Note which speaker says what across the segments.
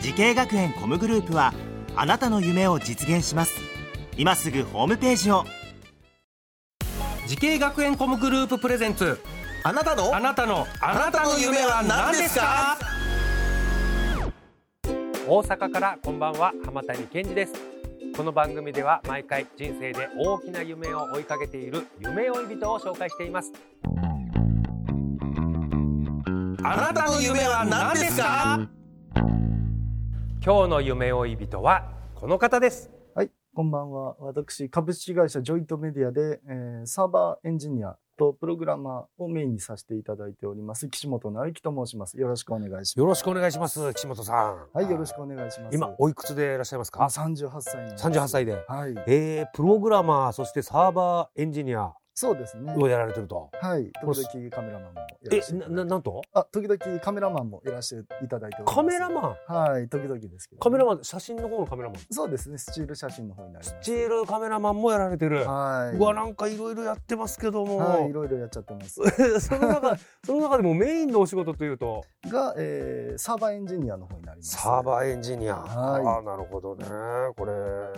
Speaker 1: 時系学園コムグループはあなたの夢を実現します今すぐホームページを
Speaker 2: 時系学園コムグループプレゼンツ
Speaker 3: あなたの
Speaker 2: あなたのあなたの夢は何ですか大阪からこんばんは浜谷健二ですこの番組では毎回人生で大きな夢を追いかけている夢追い人を紹介しています
Speaker 3: あなたの夢は何ですか
Speaker 2: 今日の夢追い人はこの方です
Speaker 4: はい、こんばんは。私、株式会社ジョイトメディアで、えーサーバーエンジニアとプログラマーをメインにさせていただいております、岸本直之と申します。よろしくお願いしま
Speaker 5: よろしくお願いします岸本さん
Speaker 4: す。はい、よろしくお願いします。
Speaker 5: 今おいくつでいらっしゃいます
Speaker 4: あ、
Speaker 5: か
Speaker 4: 38歳になります
Speaker 5: 38歳で
Speaker 4: はい。
Speaker 5: えー、プログラマーそしてサーバーエンジニア
Speaker 4: そうですね。
Speaker 5: をやられてると
Speaker 4: はい、時々カメラマンもや
Speaker 5: え
Speaker 4: らせていただ
Speaker 5: ないななんと
Speaker 4: あ、時々カメラマンもやらせていただいております。
Speaker 5: カメラマン
Speaker 4: はい、時々ですけど、
Speaker 5: カメラマン写真の方のカメラマン
Speaker 4: そうですね、スチール写真の方になり
Speaker 5: ス
Speaker 4: ます。
Speaker 5: チールカメラマンもやられてる、
Speaker 4: はい。
Speaker 5: うわなんかいろいろやってますけども、
Speaker 4: はい、いろいろやっちゃってます。
Speaker 5: その中その中でもメインのお仕事というと
Speaker 4: が、えーサーバーエンジニアの方になります。
Speaker 5: サーバーエンジニア、
Speaker 4: はい
Speaker 5: ああなるほどねこれ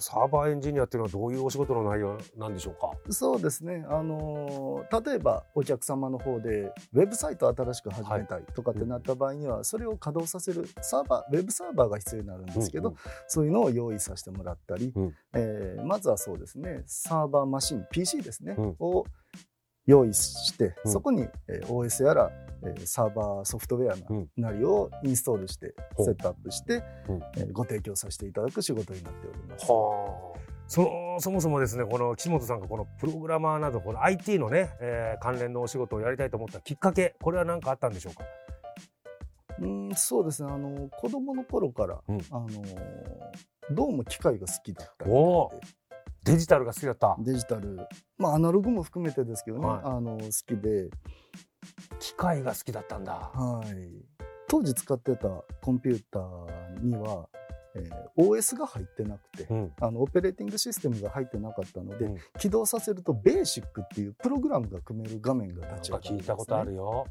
Speaker 5: サーバーエンジニアっていうのはどういうお仕事の内容なんでしょうか
Speaker 4: そうですね、あのー例えばお客様の方でウェブサイトを新しく始めたいとかってなった場合には、それを稼働させるサーバーウェブサーバーが必要になるんですけど、
Speaker 5: うんうん
Speaker 4: そういうのを用意させてもらったり、
Speaker 5: うん
Speaker 4: えーまずはそうですねサーバーマシン PC ですね、
Speaker 5: うん
Speaker 4: を用意して、
Speaker 5: うん
Speaker 4: そこに、えー OS やら、えーサーバーソフトウェアななりをインストールして、
Speaker 5: うん
Speaker 4: セットアップして、
Speaker 5: うん
Speaker 4: えーご提供させていただく仕事になっております。
Speaker 5: はあ。そのそもそもですねこの岸本さんがこのプログラマーなどこの IT のね、えー関連のお仕事をやりたいと思ったきっかけこれは何かあったんでしょうか
Speaker 4: うん、そうですね。あの子供の頃から、
Speaker 5: うん
Speaker 4: あのどうも機械が好きだったみたい
Speaker 5: おーデジタルが好きだった
Speaker 4: で、デジタル、まあアナログも含めてですけどね、
Speaker 5: はい
Speaker 4: あの好きで、
Speaker 5: 機械が好きだったんだ
Speaker 4: はい。当時使ってたコンピューターには、えー OS が入ってなくて、
Speaker 5: うん
Speaker 4: あのオペレーティングシステムが入ってなかったので、
Speaker 5: うん
Speaker 4: 起動させるとベーシックっていうプログラムが組める画面が
Speaker 5: なん
Speaker 4: 立ち
Speaker 5: か
Speaker 4: 上が
Speaker 5: 聞
Speaker 4: るんで
Speaker 5: い
Speaker 4: すね
Speaker 5: たことあるよ、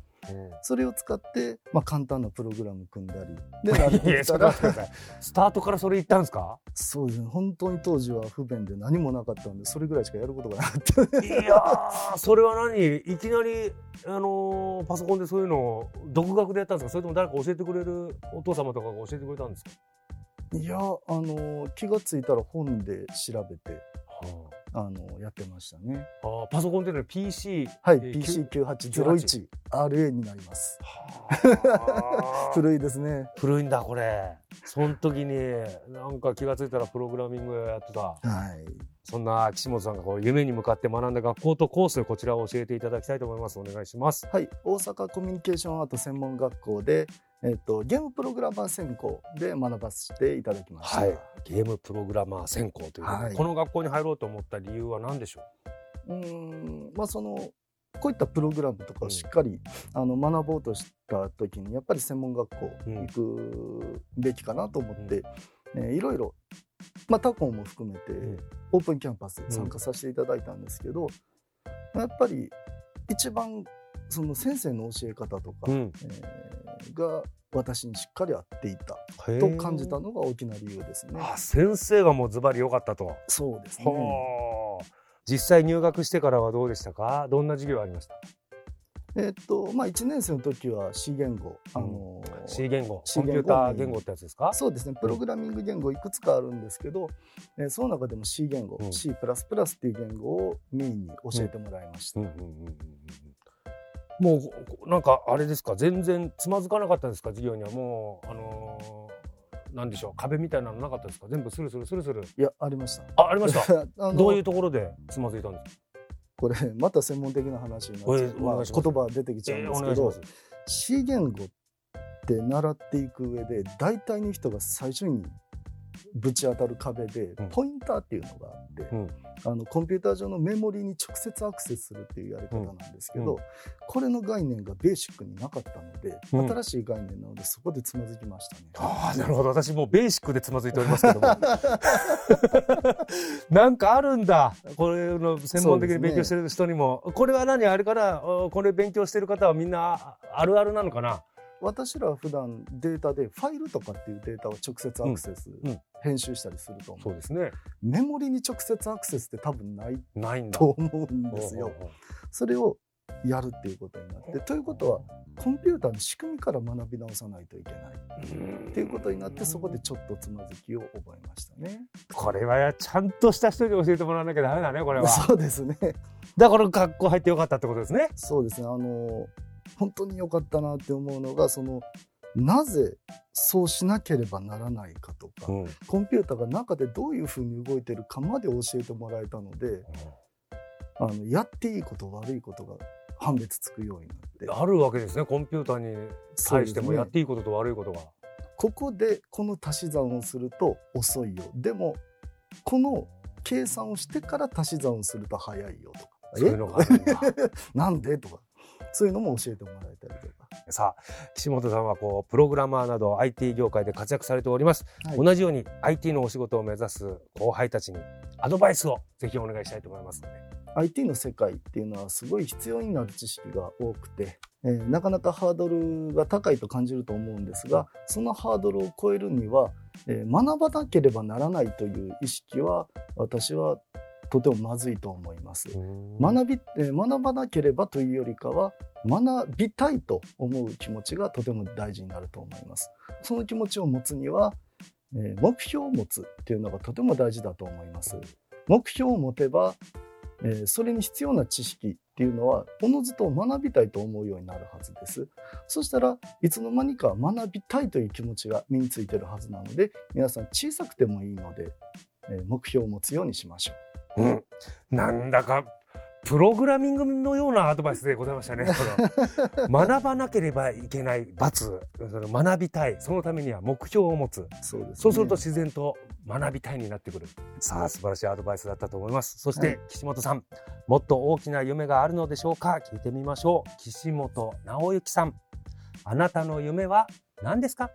Speaker 4: それを使って、まあ、簡単なプログラム組んだりで
Speaker 5: い
Speaker 4: 慣れ
Speaker 5: やい
Speaker 4: て
Speaker 5: や
Speaker 4: き
Speaker 5: ちょ
Speaker 4: た
Speaker 5: っと待
Speaker 4: ら
Speaker 5: ってくださいスタートからそれ言ったんですか
Speaker 4: そうですね本当に当時は不便で何もなかったんでそれぐらいしかやることがなかっ た
Speaker 5: いやーそれは何いきなりあのーパソコンでそういうのを独学でやったんですかそれとも誰か教えてくれるお父様とかが教えてくれたんですか、
Speaker 4: いやあの気がついたら本で調べて
Speaker 5: はあ
Speaker 4: あのやってましたね
Speaker 5: あーパソコンっていうのは PC
Speaker 4: はい、
Speaker 5: えー
Speaker 4: PC9801RA になります
Speaker 5: はあ
Speaker 4: 古いですね
Speaker 5: 古いんだこれその時になんか気がついたらプログラミングやってた
Speaker 4: はい
Speaker 5: そんな岸本さんがこう夢に向かって学んだ学校とコースこちらを教えていただきたいと思いますお願いします
Speaker 4: はい、大阪コミュニケーションアート専門学校で、えっとゲームプログラマー専攻で学ばせていただきました、
Speaker 5: はいゲームプログラマー専攻ということで、
Speaker 4: はい
Speaker 5: この学校に入ろうと思った理由は何でしょ
Speaker 4: うーんまあそのこういったプログラムとかをしっかり、あの学ぼうとした時にやっぱり専門学校
Speaker 5: うん
Speaker 4: 行くべきかなと思って、えーいろいろ、まあ、他校も含めて、
Speaker 5: ん
Speaker 4: オープンキャンパス参加させていただいたんですけど、やっぱり一番その先生の教え方と
Speaker 5: う、
Speaker 4: か、
Speaker 5: うん、
Speaker 4: えーが私にしっかり合っていたと感じたのが大きな理由ですね。
Speaker 5: あ先生がもうズバリ良かったと、
Speaker 4: そうですね
Speaker 5: はあ実際入学してからはどうでしたかどんな授業ありました
Speaker 4: えーっとまあ、1年生の時は C 言語、あのー
Speaker 5: C 言語
Speaker 4: C
Speaker 5: コンピューター言
Speaker 4: 言
Speaker 5: 語
Speaker 4: 語
Speaker 5: ってやつですか
Speaker 4: そうですねプログラミング言語いくつかあるんですけど、えーその中でも C 言語、
Speaker 5: うん
Speaker 4: C++ っていう言語をメインに教えてもらいました、
Speaker 5: うんうんうんうんうんもうここなんかあれですか全然つまずかなかったんですか授業にはもうあのーなんでしょう壁みたいなのなかったですか全部スルスルスルスル
Speaker 4: いやありました
Speaker 5: あありました
Speaker 4: あの
Speaker 5: どういうところでつまずいたんですか、
Speaker 4: これまた専門的な話になっちゃう
Speaker 5: これお
Speaker 4: まあ
Speaker 5: 願いします
Speaker 4: 言葉は出てきちゃうん
Speaker 5: えー
Speaker 4: で
Speaker 5: お
Speaker 4: す
Speaker 5: 願
Speaker 4: け
Speaker 5: いしま
Speaker 4: ど、
Speaker 5: す
Speaker 4: C 言語っって習っていく上で大体の人が最初にぶち当たる壁で
Speaker 5: うん
Speaker 4: ポインターっていうのがあって、
Speaker 5: うん
Speaker 4: あのコンピューター上のメモリに直接アクセスするっていうやり方なんですけ
Speaker 5: う
Speaker 4: ど、
Speaker 5: ん
Speaker 4: これの概念がベーシックになかったので、
Speaker 5: うん
Speaker 4: 新しい概念なのでそこでつまずきましたね。
Speaker 5: ああなるほど私もうベーシックでつまずいておりますけども なんかあるんだこれの専門的に勉強してる人にも、これは何あれかなおこれ勉強してる方はみんなあるあるなのかな
Speaker 4: 私らは普段データでファイルとかっていうデータを直接アクセス、
Speaker 5: うん
Speaker 4: 編集したりすると思う
Speaker 5: そうですね
Speaker 4: メモリに直接アクセスって多分ない
Speaker 5: ないんだ
Speaker 4: と思うんですよ。
Speaker 5: おうおう
Speaker 4: それをやるっていうことになってということはコンピューターの仕組みから学び直さないといけないっていうことになってそこでちょっとつまずきを覚えましたね。
Speaker 5: これはちゃんとした人に教えてもらわなきゃダ メだねこれは
Speaker 4: そうですね。
Speaker 5: だから学校入ってよかったってことですね
Speaker 4: そうですね。あの本当に良かったなって思うのがそのなぜそうしなければならないかとか、
Speaker 5: うん
Speaker 4: コンピューターが中でどういうふうに動いてるかまで教えてもらえたのであのやっていいこと悪いことが判別つくようになって
Speaker 5: あるわけですねコンピューターに対してもやっていいことと悪いことが
Speaker 4: ここでこの足し算をすると遅いよでもこの計算をしてから足し算をすると早いよとか
Speaker 5: そういうのがあ るんだ
Speaker 4: えなんでとかそういうのも教えてもらえたりとか、
Speaker 5: さあ岸本さんはこうプログラマーなど IT 業界で活躍されております、
Speaker 4: はい
Speaker 5: 同じように IT のお仕事を目指す後輩たちにアドバイスをぜひお願いしたいと思いますので
Speaker 4: IT の世界っていうのはすごい必要になる知識が多くて、えーなかなかハードルが高いと感じると思うんですがそのハードルを超えるには、えー学ばなければならないという意識は私はとてもまずいと思います。学びえー学ばなければというよりかは学びたいと思う気持ちがとても大事になると思いますその気持ちを持つには、えー目標を持つっていうのがとても大事だと思います目標を持てば、えーそれに必要な知識っていうのはおのずと学びたいと思うようになるはずですそしたらいつの間にか学びたいという気持ちが身についてるはずなので皆さん小さくてもいいので、えー目標を持つようにしましょう
Speaker 5: うん、なんだかプログラミングのようなアドバイスでございましたね。そ の学ばなければいけない罰、その学びたい、そのためには目標を持つ。
Speaker 4: そうですね、
Speaker 5: そうすると自然と学びたいになってくる。さあ、素晴らしいアドバイスだったと思います。そして、
Speaker 4: はい
Speaker 5: 岸本さん、もっと大きな夢があるのでしょうか聞いてみましょう。岸本直之さん、あなたの夢は何ですか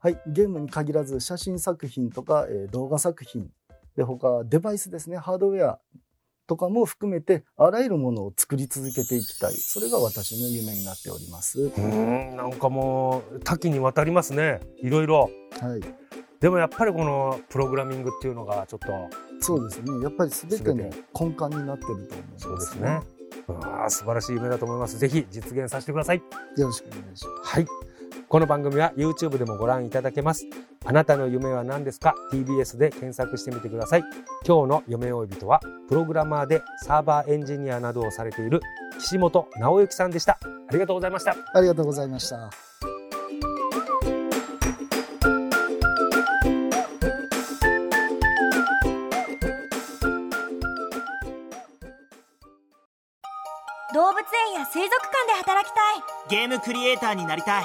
Speaker 4: はい、ゲームに限らず写真作品とか、えー動画作品で他デバイスですねハードウェアとかも含めてあらゆるものを作り続けていきたいそれが私の夢になっております、
Speaker 5: うーん、なんかもう多岐にわたりますね。いろいろ。
Speaker 4: はい、
Speaker 5: でもやっぱりこのプログラミングっていうのがちょっと
Speaker 4: そうですねやっぱり全ての
Speaker 5: 全て
Speaker 4: 根幹になってると思います
Speaker 5: そうですね。ああ、素晴らしい夢だと思います。ぜひ実現させてください。
Speaker 4: よろしくお願いしま
Speaker 5: はい。この番組は YouTube でもご覧いただけます。あなたの夢は何ですか ?TBS で検索してみてください。今日の夢追い人は、プログラマーでサーバーエンジニアなどをされている岸本直之さんでした。ありがとうございました。
Speaker 4: すありがとうございました
Speaker 6: 動物園や水族館で働きたい
Speaker 1: ゲームクリエイターになりたい